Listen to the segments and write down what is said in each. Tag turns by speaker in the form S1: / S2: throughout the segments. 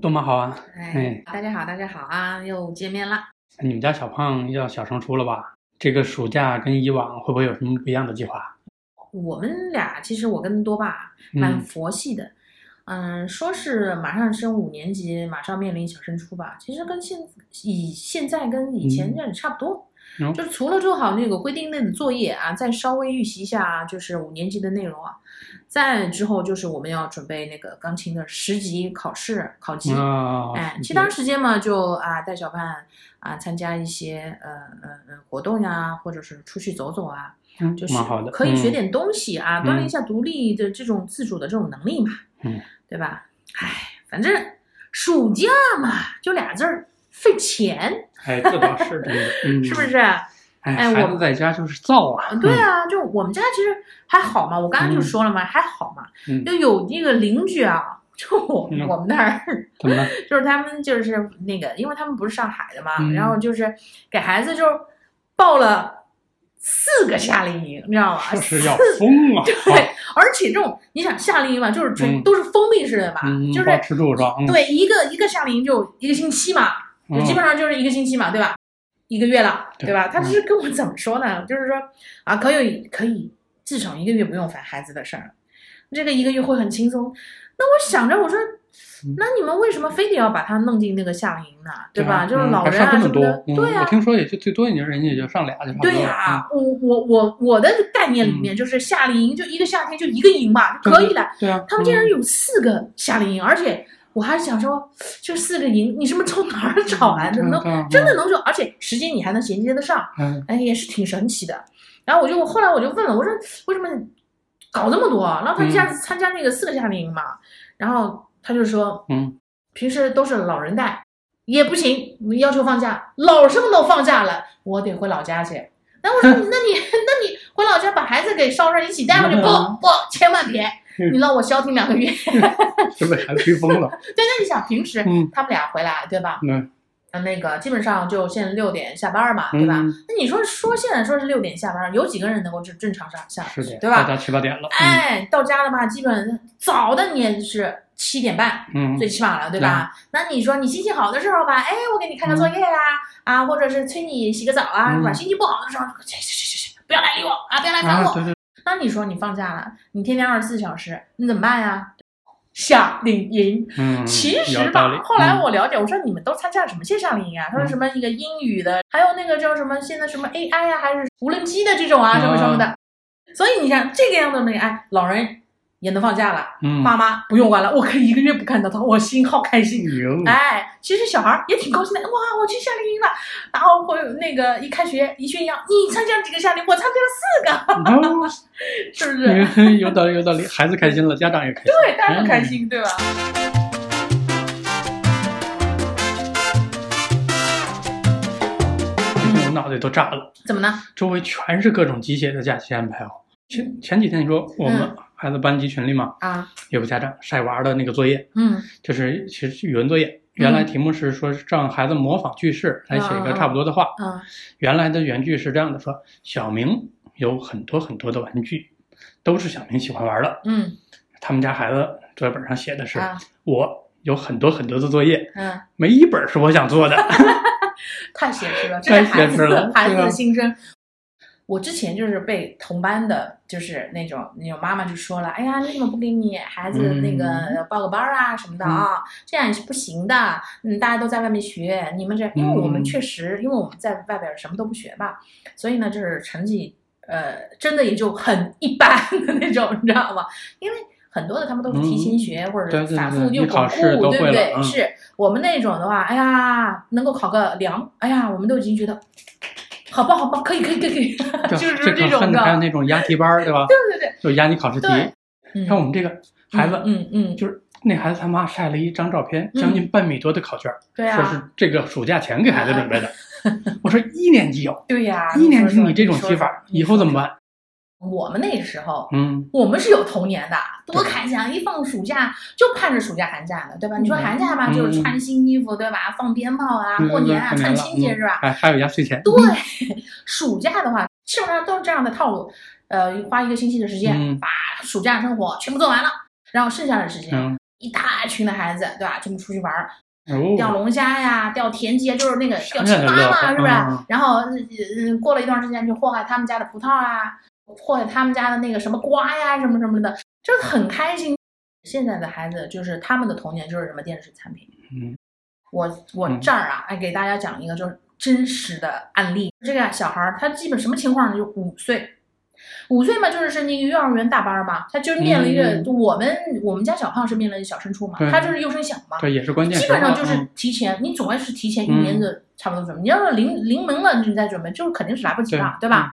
S1: 多么好啊！
S2: 哎，大家好，大家好啊，又见面啦。
S1: 你们家小胖要小升初了吧？这个暑假跟以往会不会有什么不一样的计划？
S2: 我们俩其实我跟多爸
S1: 嗯
S2: 蛮佛系的，嗯，说是马上升五年级，马上面临小升初吧。其实跟现以现在跟以前这样差不
S1: 嗯
S2: 多，就除了做好那个规定内的作业啊，再稍微预习一下啊就是五年级的内容啊。再之后就是我们要准备那个钢琴的十级考试考级，
S1: 啊，
S2: 哎，其他时间嘛，就啊带小伴啊参加一些呃呃呃活动呀，或者是出去走走啊，
S1: 嗯
S2: 就是
S1: 蛮好的，
S2: 可以学
S1: 嗯。
S2: 点东西啊，
S1: 嗯
S2: 锻炼一下独立的这种自主的这种能力嘛，
S1: 嗯，
S2: 对吧？哎，反正暑假嘛，就俩字儿，费钱，
S1: 哎，这倒是 真的，嗯，
S2: 是不？是？
S1: 哎，
S2: 哎
S1: 孩
S2: 我
S1: 子在家就是造啊，
S2: 对啊，就我们家其实还好嘛，我刚刚就
S1: 嗯
S2: 说了嘛，还好嘛，
S1: 嗯
S2: 就有那个邻居啊，就我
S1: 嗯
S2: 我们那儿。
S1: 怎么了？
S2: 就是他们就是那个，因为他们不是上海的嘛，
S1: 嗯
S2: 然后就是给孩子就是报了四个夏令营，你 知道吗？
S1: 这是要疯啊！
S2: 对，而且这种你想夏令营嘛，就是纯、
S1: 嗯
S2: 都是封闭式的嘛，
S1: 嗯，
S2: 就是
S1: 保持住是吧？嗯
S2: 对一个一个夏令营就一个星期嘛，就基本上就是一个星期嘛，对吧？一个月了，
S1: 对嗯
S2: 对吧？他就是跟我怎么说呢？就是说啊，可以可以，至少一个月不用烦孩子的事儿，这个一个月会很轻松。那我想着，我说
S1: 嗯，
S2: 那你们为什么非得要把他弄进那个夏令营呢？
S1: 对
S2: 吧？就是
S1: 嗯
S2: 老
S1: 还
S2: 人
S1: 上
S2: 啊
S1: 这
S2: 什
S1: 么
S2: 么的
S1: 多，，嗯
S2: 对
S1: 嗯，我
S2: 呀、
S1: 听说也就最多，也就人家也就上俩就差不多了。
S2: 对呀、啊我我我我的概念里面就是夏令营就一个夏天就一个营嘛，就可以了。
S1: 嗯，对啊，
S2: 他们竟然有四个夏令营，而且我还想说，就四个营，你是不是从哪儿找来的？能
S1: 能
S2: 真的能找，而且时间你还能衔接得上，
S1: 嗯，
S2: 哎，也是挺神奇的。然后我就后来我就问了，我说为什么搞这么多？然后他一下子参加那个四个夏令营嘛，然后他就说，
S1: 嗯，
S2: 平时都是老人带，也不行，你要求放假，老生都放假了，我得回老家去。那我说，那你那你回老家把孩子给捎上一起带回去，不不，千万别，你让我消停两个月。
S1: 嗯是被孩子吹 疯了。
S2: 对，那你想平时
S1: 嗯
S2: 他们俩回来，对吧？
S1: 嗯
S2: 呃那个基本上就现在六点下班嘛，对吧？
S1: 嗯
S2: 那你说说现在说是六点下班，有几个人能够正正常上下
S1: 是的，
S2: 对
S1: 到
S2: 吧？
S1: 家七八点了。嗯
S2: 哎，到家了吧，基本早的你也是七点半。
S1: 嗯，
S2: 最起码了，对吧？那你说你心情好的时候吧，哎，我给你看看作业啊，啊，或者是催你洗个澡啊，是吧？
S1: 嗯
S2: 心情不好的时候，去去去去去，不要来理我啊，不要来烦我
S1: 啊，。对对，
S2: 那你说你放假了，你天天二十四小时，你怎么办呀？夏令营，
S1: 嗯，
S2: 其实
S1: 有道理
S2: 吧，后来我了解，我说你们都参加什么线上营啊？他说
S1: 嗯
S2: 什么一个英语的，还有那个叫什么现在什么 AI 啊，还是无人机的这种啊，什么什么的。
S1: 嗯
S2: 所以你想这个样的那个，哎，老人也能放假了，
S1: 嗯，
S2: 爸妈不用管了，我可以一个月不看到他，我心好开心。
S1: 赢，
S2: 哎，其实小孩儿也挺高兴的，哇，我去夏令营了，然后会那个一开学一炫耀，你参加几个夏令营，我参加了
S1: 哦
S2: 四个，是不 是？
S1: 有道理有道理，孩子开心了，家长也开心。
S2: 对，大家都开心，对吧？
S1: 最近我脑袋都炸了，
S2: 怎么呢？
S1: 周围全是各种机械的假期安排哦。前前几天你说我们
S2: 嗯
S1: 孩子班级群里嘛，
S2: 啊，
S1: 有个家长晒娃的那个作业，
S2: 嗯，
S1: 就是其实语文作业，原来题目是说是让孩子模仿句式来写一个差不多的话，
S2: 啊，
S1: 原来的原句是这样的：说小明有很多很多的玩具，都是小明喜欢玩的。
S2: 嗯，
S1: 他们家孩子作业本上写的是：
S2: 啊，
S1: 我有很多很多的作业，
S2: 嗯。
S1: 没一本是我想做的。
S2: 太写实了，这
S1: 太
S2: 是孩
S1: 写
S2: 子
S1: 实了
S2: 的孩子
S1: 对啊
S2: 的心声。我之前就是被同班的，就是那种那种妈妈就说了，哎呀，你怎么不给你孩子那个
S1: 嗯
S2: 呃报个班儿啊什么的啊？这样也是不行的。嗯，大家都在外面学，你们这，因为我们
S1: 嗯
S2: 确实，因为我们在外边什么都不学嘛，所以呢，就是成绩呃，真的也就很一般的那种，你知道吗？因为很多的他们都是提
S1: 嗯
S2: 前学、或者
S1: 对对
S2: 是反
S1: 对
S2: 复
S1: 你
S2: 又
S1: 考
S2: 巩固，
S1: 试都
S2: 对不
S1: 会
S2: 对？
S1: 了嗯
S2: 是我们那种的话，哎呀，能够考个良，哎呀，我们都已经觉得好棒好棒，可以可以可以可 以，就是
S1: 这
S2: 这
S1: 个
S2: 种
S1: 恨还有
S2: 的，
S1: 那种押题班儿，对吧？
S2: 对对对，
S1: 就押你考试题。
S2: 对嗯
S1: 看我们这个孩子，
S2: 嗯嗯，嗯
S1: 就是那孩子他妈晒了一张照片，
S2: 嗯
S1: 将近半米多的考卷，
S2: 对
S1: 说
S2: 啊，
S1: 是这个暑假前给孩子准 备的。我说一年级有，
S2: 对呀，
S1: 一年
S2: 啊说
S1: 级
S2: 说
S1: 你这种
S2: 说
S1: 提
S2: 说
S1: 法，以后怎么办？
S2: 我们那时候。
S1: 嗯，
S2: 我们是有童年的，多
S1: 对
S2: 开心啊！一放暑假就盼着暑假寒假的，对吧？你说
S1: 嗯
S2: 寒假吧，就是
S1: 嗯
S2: 穿新衣服，对吧？放鞭炮啊，
S1: 对
S2: 过
S1: 对对
S2: 年啊，
S1: 过年
S2: 串
S1: 了
S2: 亲戚
S1: 嗯
S2: 是吧？
S1: 还还有压岁钱。
S2: 对，暑假的话，基本上都是这样的套路，呃，花一个星期的时间
S1: 嗯
S2: 把暑假生活全部做完了，然后剩下的时间
S1: 嗯
S2: 一大群的孩子，对吧？这么出去玩儿，钓
S1: 哦，
S2: 龙虾呀，钓田鸡，啊就是那个
S1: 啥
S2: 钓青蛙
S1: 鸟
S2: 嘛，
S1: 啊
S2: 是不是？
S1: 嗯
S2: 然后，嗯，过了一段时间就祸害他们家的葡萄啊，祸害他们家的那个什么瓜呀，什么什么的，就是很开心。现在的孩子就是他们的童年就是什么电视产品。
S1: 嗯，
S2: 我我
S1: 嗯
S2: 这儿啊，哎，给大家讲一个就是真实的案例。这个小孩儿他基本什么情况呢？就五岁，五岁嘛，就是那个幼儿园大班儿嘛，他就是面了一个、
S1: 嗯
S2: 我们我们家小胖是面了一小升初嘛，
S1: 对
S2: 他就是幼升小嘛，
S1: 对，也是关键
S2: 基
S1: 时候
S2: 本
S1: 啊。
S2: 上就是
S1: 嗯
S2: 提前，你总要是提前一
S1: 嗯
S2: 年的差不多准备。你要是临临门了你再准备，就是肯定是来不及了，
S1: 对嗯
S2: 对吧？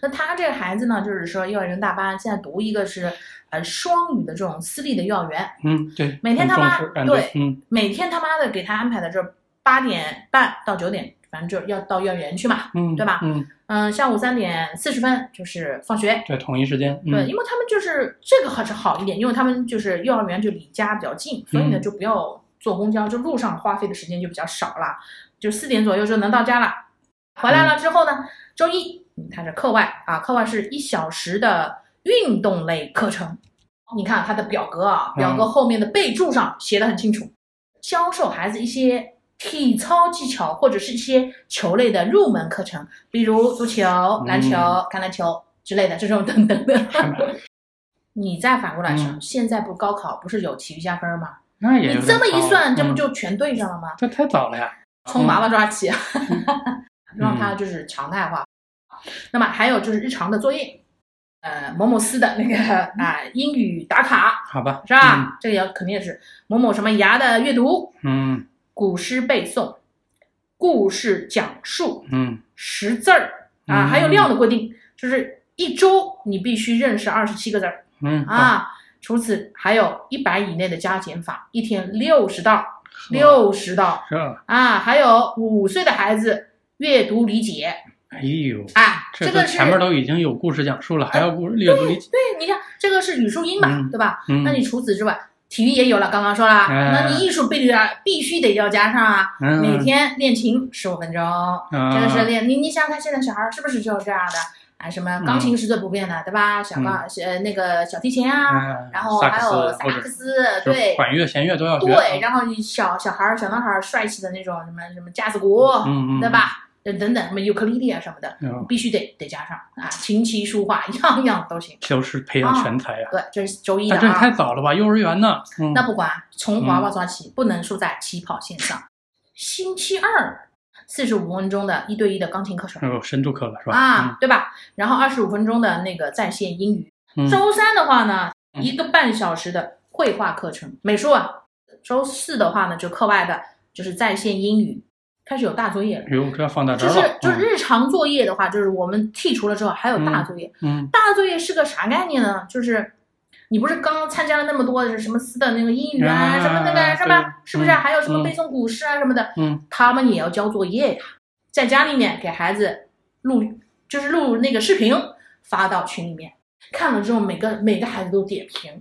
S2: 那他这个孩子呢，就是说幼儿园大班，现在读一个是呃双语的这种私立的幼儿园，
S1: 嗯，对，
S2: 每天
S1: 很
S2: 他
S1: 重
S2: 妈
S1: 视感
S2: 对
S1: 觉，嗯
S2: 每天他妈的给他安排的这八点半到九点，反正就是要到幼儿园去嘛。
S1: 嗯，
S2: 对吧
S1: 嗯，
S2: 嗯、下午三点四十分就是放学。
S1: 对，同一时间，
S2: 对，
S1: 嗯
S2: 因为他们就是这个还是好一点，因为他们就是幼儿园就离家比较近，所以呢
S1: 嗯
S2: 就不要坐公交，就路上花费的时间就比较少了，就四点左右就能到家了。回来了之后呢，周一嗯他是课外啊，课外是一小时的运动类课程。你看他的表格啊，
S1: 嗯
S2: 表格后面的备注上写的很清楚，教授孩子一些体操技巧或者是一些球类的入门课程，比如足球、篮球、
S1: 嗯
S2: 橄榄球之类的这种等等的。 你再反过来想，现在不高考不是有体育加分吗？
S1: 那嗯也
S2: 你
S1: 有
S2: 这
S1: 点
S2: 么一
S1: 早
S2: 算，这不
S1: 嗯
S2: 就全对上了吗？
S1: 这太早了呀？
S2: 从娃娃抓起，啊 让
S1: 嗯
S2: 它就是常态化。那么还有就是日常的作业，呃，某某司的那个
S1: 嗯
S2: 啊、英语打卡
S1: 好吧，
S2: 是吧？这个也肯定也是某某什么牙的阅读、
S1: 嗯？
S2: 古诗背诵、故事讲述、
S1: 嗯嗯，
S2: 识字儿啊，
S1: 嗯
S2: 还有量的规定，就是一周你必须认识二十七个字儿。
S1: 嗯，
S2: 啊。除此还有一百以内的加减法，一天六十道，六十道
S1: 是吧，
S2: 啊，还有五岁的孩子阅读理解
S1: 哎呦，
S2: 啊，这
S1: 都
S2: 个是
S1: 前面都已经有故事讲述了，还要故事阅读理解，
S2: 对，你看这个是语数英嘛，
S1: 嗯
S2: 对吧？
S1: 嗯，
S2: 那你除此之外，体育也有了，刚刚说了，
S1: 哎
S2: 那你艺术必须啊，必须得要加上啊，
S1: 嗯
S2: 每天练琴十五分钟，
S1: 啊
S2: 这个是练你你想想看，现在小孩儿是不是就是这样的啊？什么钢
S1: 嗯
S2: 琴是最普遍的，对吧？小钢呃那个小提琴啊，
S1: 哎
S2: 然后
S1: 嗯萨
S2: 还
S1: 克斯
S2: 有萨
S1: 或者
S2: 克
S1: 是
S2: 斯，对，
S1: 管乐、弦乐都要学，
S2: 对，然后你小小孩儿、小男孩儿帅气的那种什么什么架子鼓，
S1: 嗯嗯，
S2: 对？吧？等等等，什么尤克里里啊什么的，
S1: 嗯，
S2: 必须得得加上啊，琴棋书画样样都行。
S1: 都是培养全才呀，
S2: 对，这是周一哦的
S1: 但这
S2: 啊。
S1: 太嗯早了吧？幼儿园呢？嗯
S2: 那不管，从娃娃抓起，不能输在起跑线上。星期二，四十五分钟的一对一的钢琴课程
S1: 有哎深度课了是吧？
S2: 啊，对吧？然后二十五分钟的那个在线英语。
S1: 嗯，嗯
S2: 周三的话呢，
S1: 嗯
S2: 一个半小时的绘画课程，美术啊。周四的话呢，就课外的，就是在线英语，开始有大作业了。
S1: 哟，哎这要放在这
S2: 就
S1: 儿
S2: 是
S1: 嗯了，嗯
S2: 就是日常作业的话，就是我们剔除了之后，还有大作业。
S1: 嗯
S2: 大作业是个啥概念呢？就是你不是刚参加了那么多的什么四的那个英语啊，
S1: 啊
S2: 什么那个
S1: 对
S2: 什么，是不是、啊
S1: 嗯
S2: 还有什么
S1: 嗯
S2: 背诵古诗啊什么的？
S1: 嗯
S2: 他们也要交作业呀，在家里面给孩子录，就是录那个视频发到群里面，看了之后每个每个孩子都点评。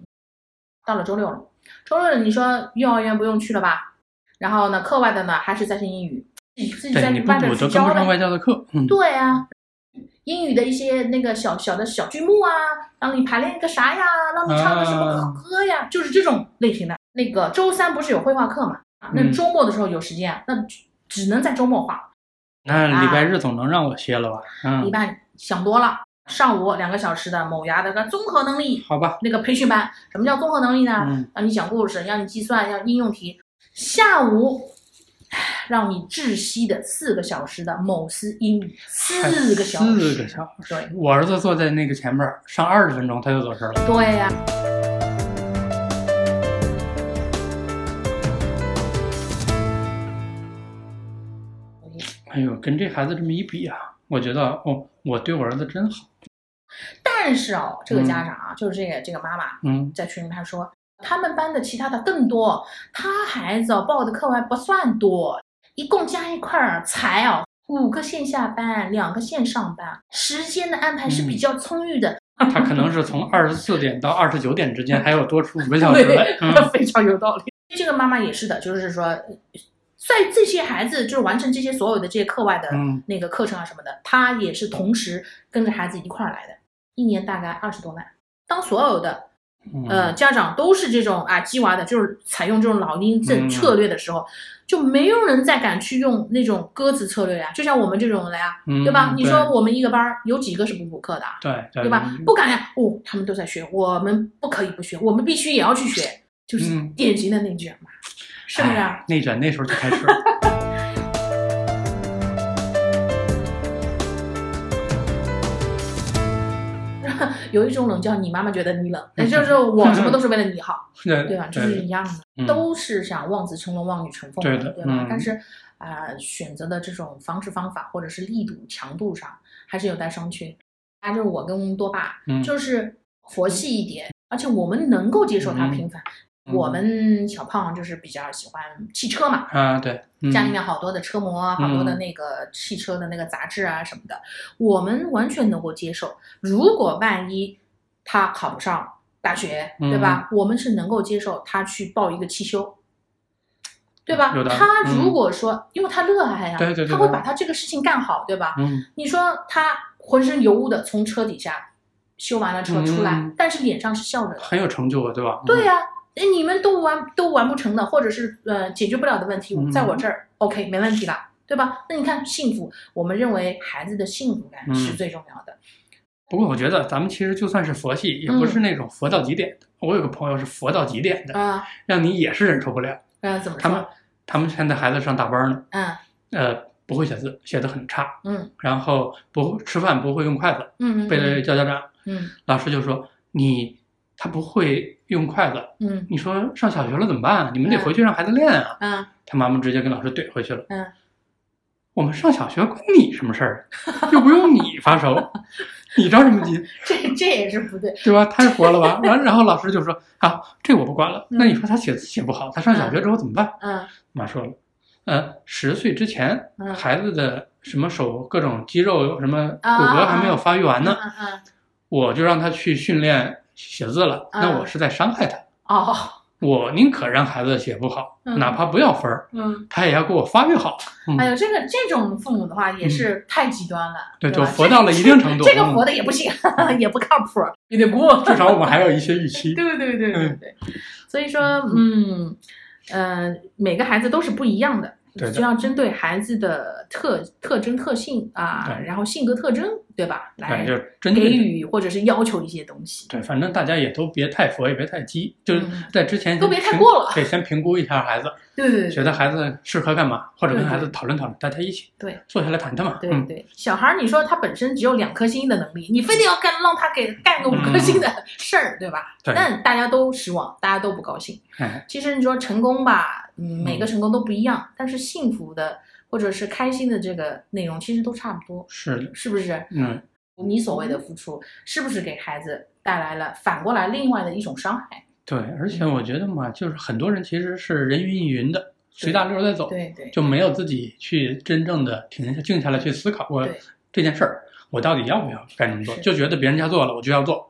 S2: 到了周六了，周六了你说幼儿园不用去了吧？然后呢，课外的呢还是在线英语，自己自己
S1: 嗯，对，
S2: 在
S1: 你不
S2: 外面
S1: 补
S2: 去
S1: 都跟
S2: 教
S1: 不上
S2: 呗。
S1: 外教的课，嗯，
S2: 对啊，英语的一些那个小小的小剧目啊，让你排练个啥呀，让你唱个什么
S1: 啊
S2: 歌呀，就是这种类型的。那个周三不是有绘画课嘛？啊那
S1: 嗯
S2: 周末的时候有时间啊，那只只能在周末画。
S1: 那礼
S2: 啊
S1: 拜日总能让我歇了吧？
S2: 一
S1: 嗯，
S2: 般想多了。上午两个小时的某牙的个综合能力
S1: 好吧，
S2: 那个培训班，什么叫综合能力呢？
S1: 嗯
S2: 让你讲故事，让你计算，让应用题。下午唉让你窒息的四个小时的某思英语，四个小时，
S1: 哎四个小
S2: 对
S1: 我儿子坐在那个前面儿，上二十分钟他就走神儿了。
S2: 对呀、
S1: 哎呦，跟这孩子这么一比啊，我觉得哦，我对我儿子真好。
S2: 但是哦，这个家长啊，就是这个这个妈妈
S1: 嗯，
S2: 在群里她说，他们班的其他的更多，他孩子哦报的课外不算多，一共加一块儿才哦五个线下班，两个线上班，时间的安排是比较充裕的，
S1: 他可能是从二十四点到二十九点之间还有多出五个小时 来。嗯，
S2: 非常有道理。 这个妈妈也是的，就是说，在这些孩子就是完成这些所有的这些课外的
S1: 嗯
S2: 那个课程啊什么的，她也是同时跟着孩子一块儿来的，一年大概二十多万。当所有的
S1: 嗯
S2: 呃，家长都是这种啊鸡娃的，就是采用这种老鹰
S1: 嗯
S2: 政策略的时候，就没有人再敢去用那种鸽子策略呀、就像我们这种的呀、
S1: 嗯
S2: 对吧？你说我们一个班儿有几个是不补课的啊，
S1: 对对嗯
S2: 对吧？不敢呀、哦，他们都在学，我们不可以不学，我们必须也要去学，就是
S1: 嗯
S2: 典型的内卷嘛，是不是啊？
S1: 哎内卷那时候就开始 了。哎
S2: 有一种冷叫你妈妈觉得 你冷，那就是我什么都是为了你好，
S1: 对
S2: 对吧？就是一样的，
S1: 嗯
S2: 都是想望子成龙、望女成凤
S1: 对
S2: 的，
S1: 的
S2: 对吧
S1: 嗯？
S2: 但是啊、呃选择的这种方式方法或者是力度强度上还是有待商榷。啊，就是我跟多爸，
S1: 嗯
S2: 就是佛系一点，而且我们能够接受他
S1: 嗯
S2: 平凡。
S1: 嗯
S2: 我们小胖就是比较喜欢汽车嘛，
S1: 啊，对，嗯
S2: 家里面好多的车模啊，好多的那个汽车的那个杂志啊什么的，我们完全能够接受。如果万一他考不上大学，
S1: 嗯
S2: 对吧？我们是能够接受他去报一个汽修，对吧
S1: 有？的
S2: 他
S1: 嗯
S2: 如果说，因为他热爱呀、
S1: 对对对对
S2: 他会把他这个事情干好，对吧？
S1: 嗯
S2: 你说他浑身油污的从车底下修完了车出来，
S1: 嗯
S2: 但是脸上是笑着的，
S1: 很有成就啊，对吧？
S2: 对呀、哎你们都完都完不成的，或者是呃解决不了的问题，
S1: 嗯
S2: 在我这儿 OK 没问题了，对吧？那你看幸福，我们认为孩子的幸福感
S1: 嗯
S2: 是最重要的。
S1: 不过我觉得咱们其实就算是佛系，也不是
S2: 嗯
S1: 那种佛到极点的。我有个朋友是佛到极点的，
S2: 啊、
S1: 让你也是忍受不了。
S2: 嗯、怎么
S1: 嗯他们
S2: 说？
S1: 他们现在孩子上大班呢，
S2: 嗯
S1: 呃，不会写字，写的很差，
S2: 嗯
S1: 然后不吃饭不会用筷子，
S2: 嗯嗯，
S1: 被叫家长，
S2: 嗯
S1: 老师就说你他不会用筷子，
S2: 嗯
S1: 你说上小学了怎么办啊？你们得
S2: 嗯
S1: 回去让孩子练啊。
S2: 嗯啊
S1: 他妈妈直接跟老师怼回去了。
S2: 嗯，
S1: 我们上小学关你什么事儿啊？又不用你发愁，你着什么急，
S2: 这这也是不对。
S1: 对 吧？太佛了吧！然后然后老师就说啊，这我不管了。那你说他写字写不好，他上小学之后怎么办？
S2: 嗯
S1: 妈说了，呃，十岁之前
S2: 嗯
S1: 孩子的什么手各种肌肉什么骨
S2: 啊
S1: 骼还没有发育完呢，
S2: 嗯嗯
S1: 我就让他去训练写字了。
S2: 嗯
S1: 那我是在伤害他，
S2: 哦
S1: 我宁可让孩子写不好，
S2: 嗯
S1: 哪怕不要分儿，
S2: 嗯，
S1: 他也要给我发育好。嗯
S2: 哎呦，这个这种父母的话也是太极端了，
S1: 对，
S2: 吧
S1: 就佛到了一定程度，
S2: 这个
S1: 嗯
S2: 活的也不行，也不靠谱，也得过。
S1: 至少我们还有一些预期。
S2: 对对对
S1: 嗯
S2: 对对，所以说，嗯，呃，每个孩子都是不一样的，
S1: 对的
S2: 就要针对孩子的特特征、特性啊，
S1: 对
S2: 然后性格特征，对吧？来
S1: 对，哎就是针
S2: 给
S1: 对
S2: 予或者是要求一些东西。
S1: 对，反正大家也都别太佛，也别太鸡，就是
S2: 嗯
S1: 在之前
S2: 都别太
S1: 评
S2: 过了
S1: 对，先评估一下孩子，
S2: 对对对
S1: 觉得孩子适合干嘛，或者跟
S2: 对
S1: 孩子讨论讨论，大家一起
S2: 对
S1: 坐下来谈谈嘛。
S2: 对
S1: 嗯，
S2: 对，小孩儿，你说他本身只有两颗星的能力，你非得要干让他给干个五颗星的事儿，对吧？
S1: 嗯对
S2: 那大家都失望，大家都不高兴。
S1: 哎，
S2: 其实你说成功吧，嗯，每个成功都不一样，但是幸福的或者是开心的这个内容其实都差不多，
S1: 是的，
S2: 是不是？
S1: 嗯，
S2: 你所谓的付出，是不是给孩子带来了反过来另外的一种伤害？
S1: 对，而且我觉得嘛，就是很多人其实是人云亦云的，随大流在走，
S2: 对对，
S1: 就没有自己去真正的停下静下来去思考过
S2: 对
S1: 这件事儿，我到底要不要该这么做，
S2: 是
S1: 就觉得别人家做了我就要做。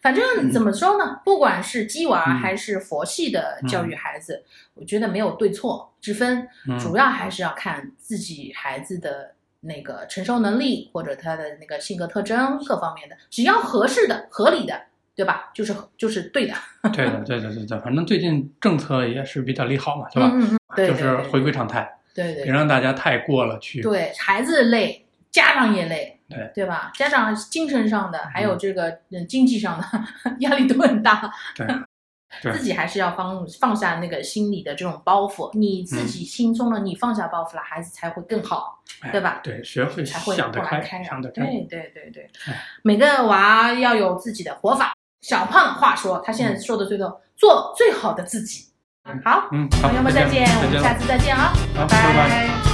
S2: 反正怎么说呢，不管是鸡娃
S1: 嗯
S2: 还是佛系的教育孩子，我觉得没有对错之分，
S1: 嗯，
S2: 主要还是要看自己孩子的。那个承受能力或者他的那个性格特征各方面的，只要合适的、合理的，对吧？就是就是对的，
S1: 对的，对对对对，反正最近政策也是比较利好嘛，对吧？
S2: 嗯嗯嗯，对，
S1: 就
S2: 对
S1: 是
S2: 对
S1: 回归常态，
S2: 对对
S1: 别让大家太过了去。
S2: 对，孩子累，家长也累，
S1: 对
S2: 对吧？家长精神上的，还有这个嗯经济上的 压力都很大，
S1: 对，对
S2: 自己还是要放放下那个心理的这种包袱，你
S1: 嗯
S2: 自己轻松了，你放下包袱了，孩子才会更好，
S1: 哎
S2: 对吧
S1: 对，学会
S2: 才会
S1: 想得
S2: 豁然
S1: 开，
S2: 开
S1: 想
S2: 朗。
S1: 得
S2: 对
S1: 开。
S2: 对对对
S1: 哎，
S2: 每个娃要有自己的活法。小胖的话说，他现在说的最多，做最好的自己。好，
S1: 嗯嗯，好，
S2: 朋友们再
S1: 再
S2: 见，我
S1: 再
S2: 们
S1: 见
S2: 下
S1: 了，
S2: 次再见啊，
S1: 好，拜拜。
S2: 拜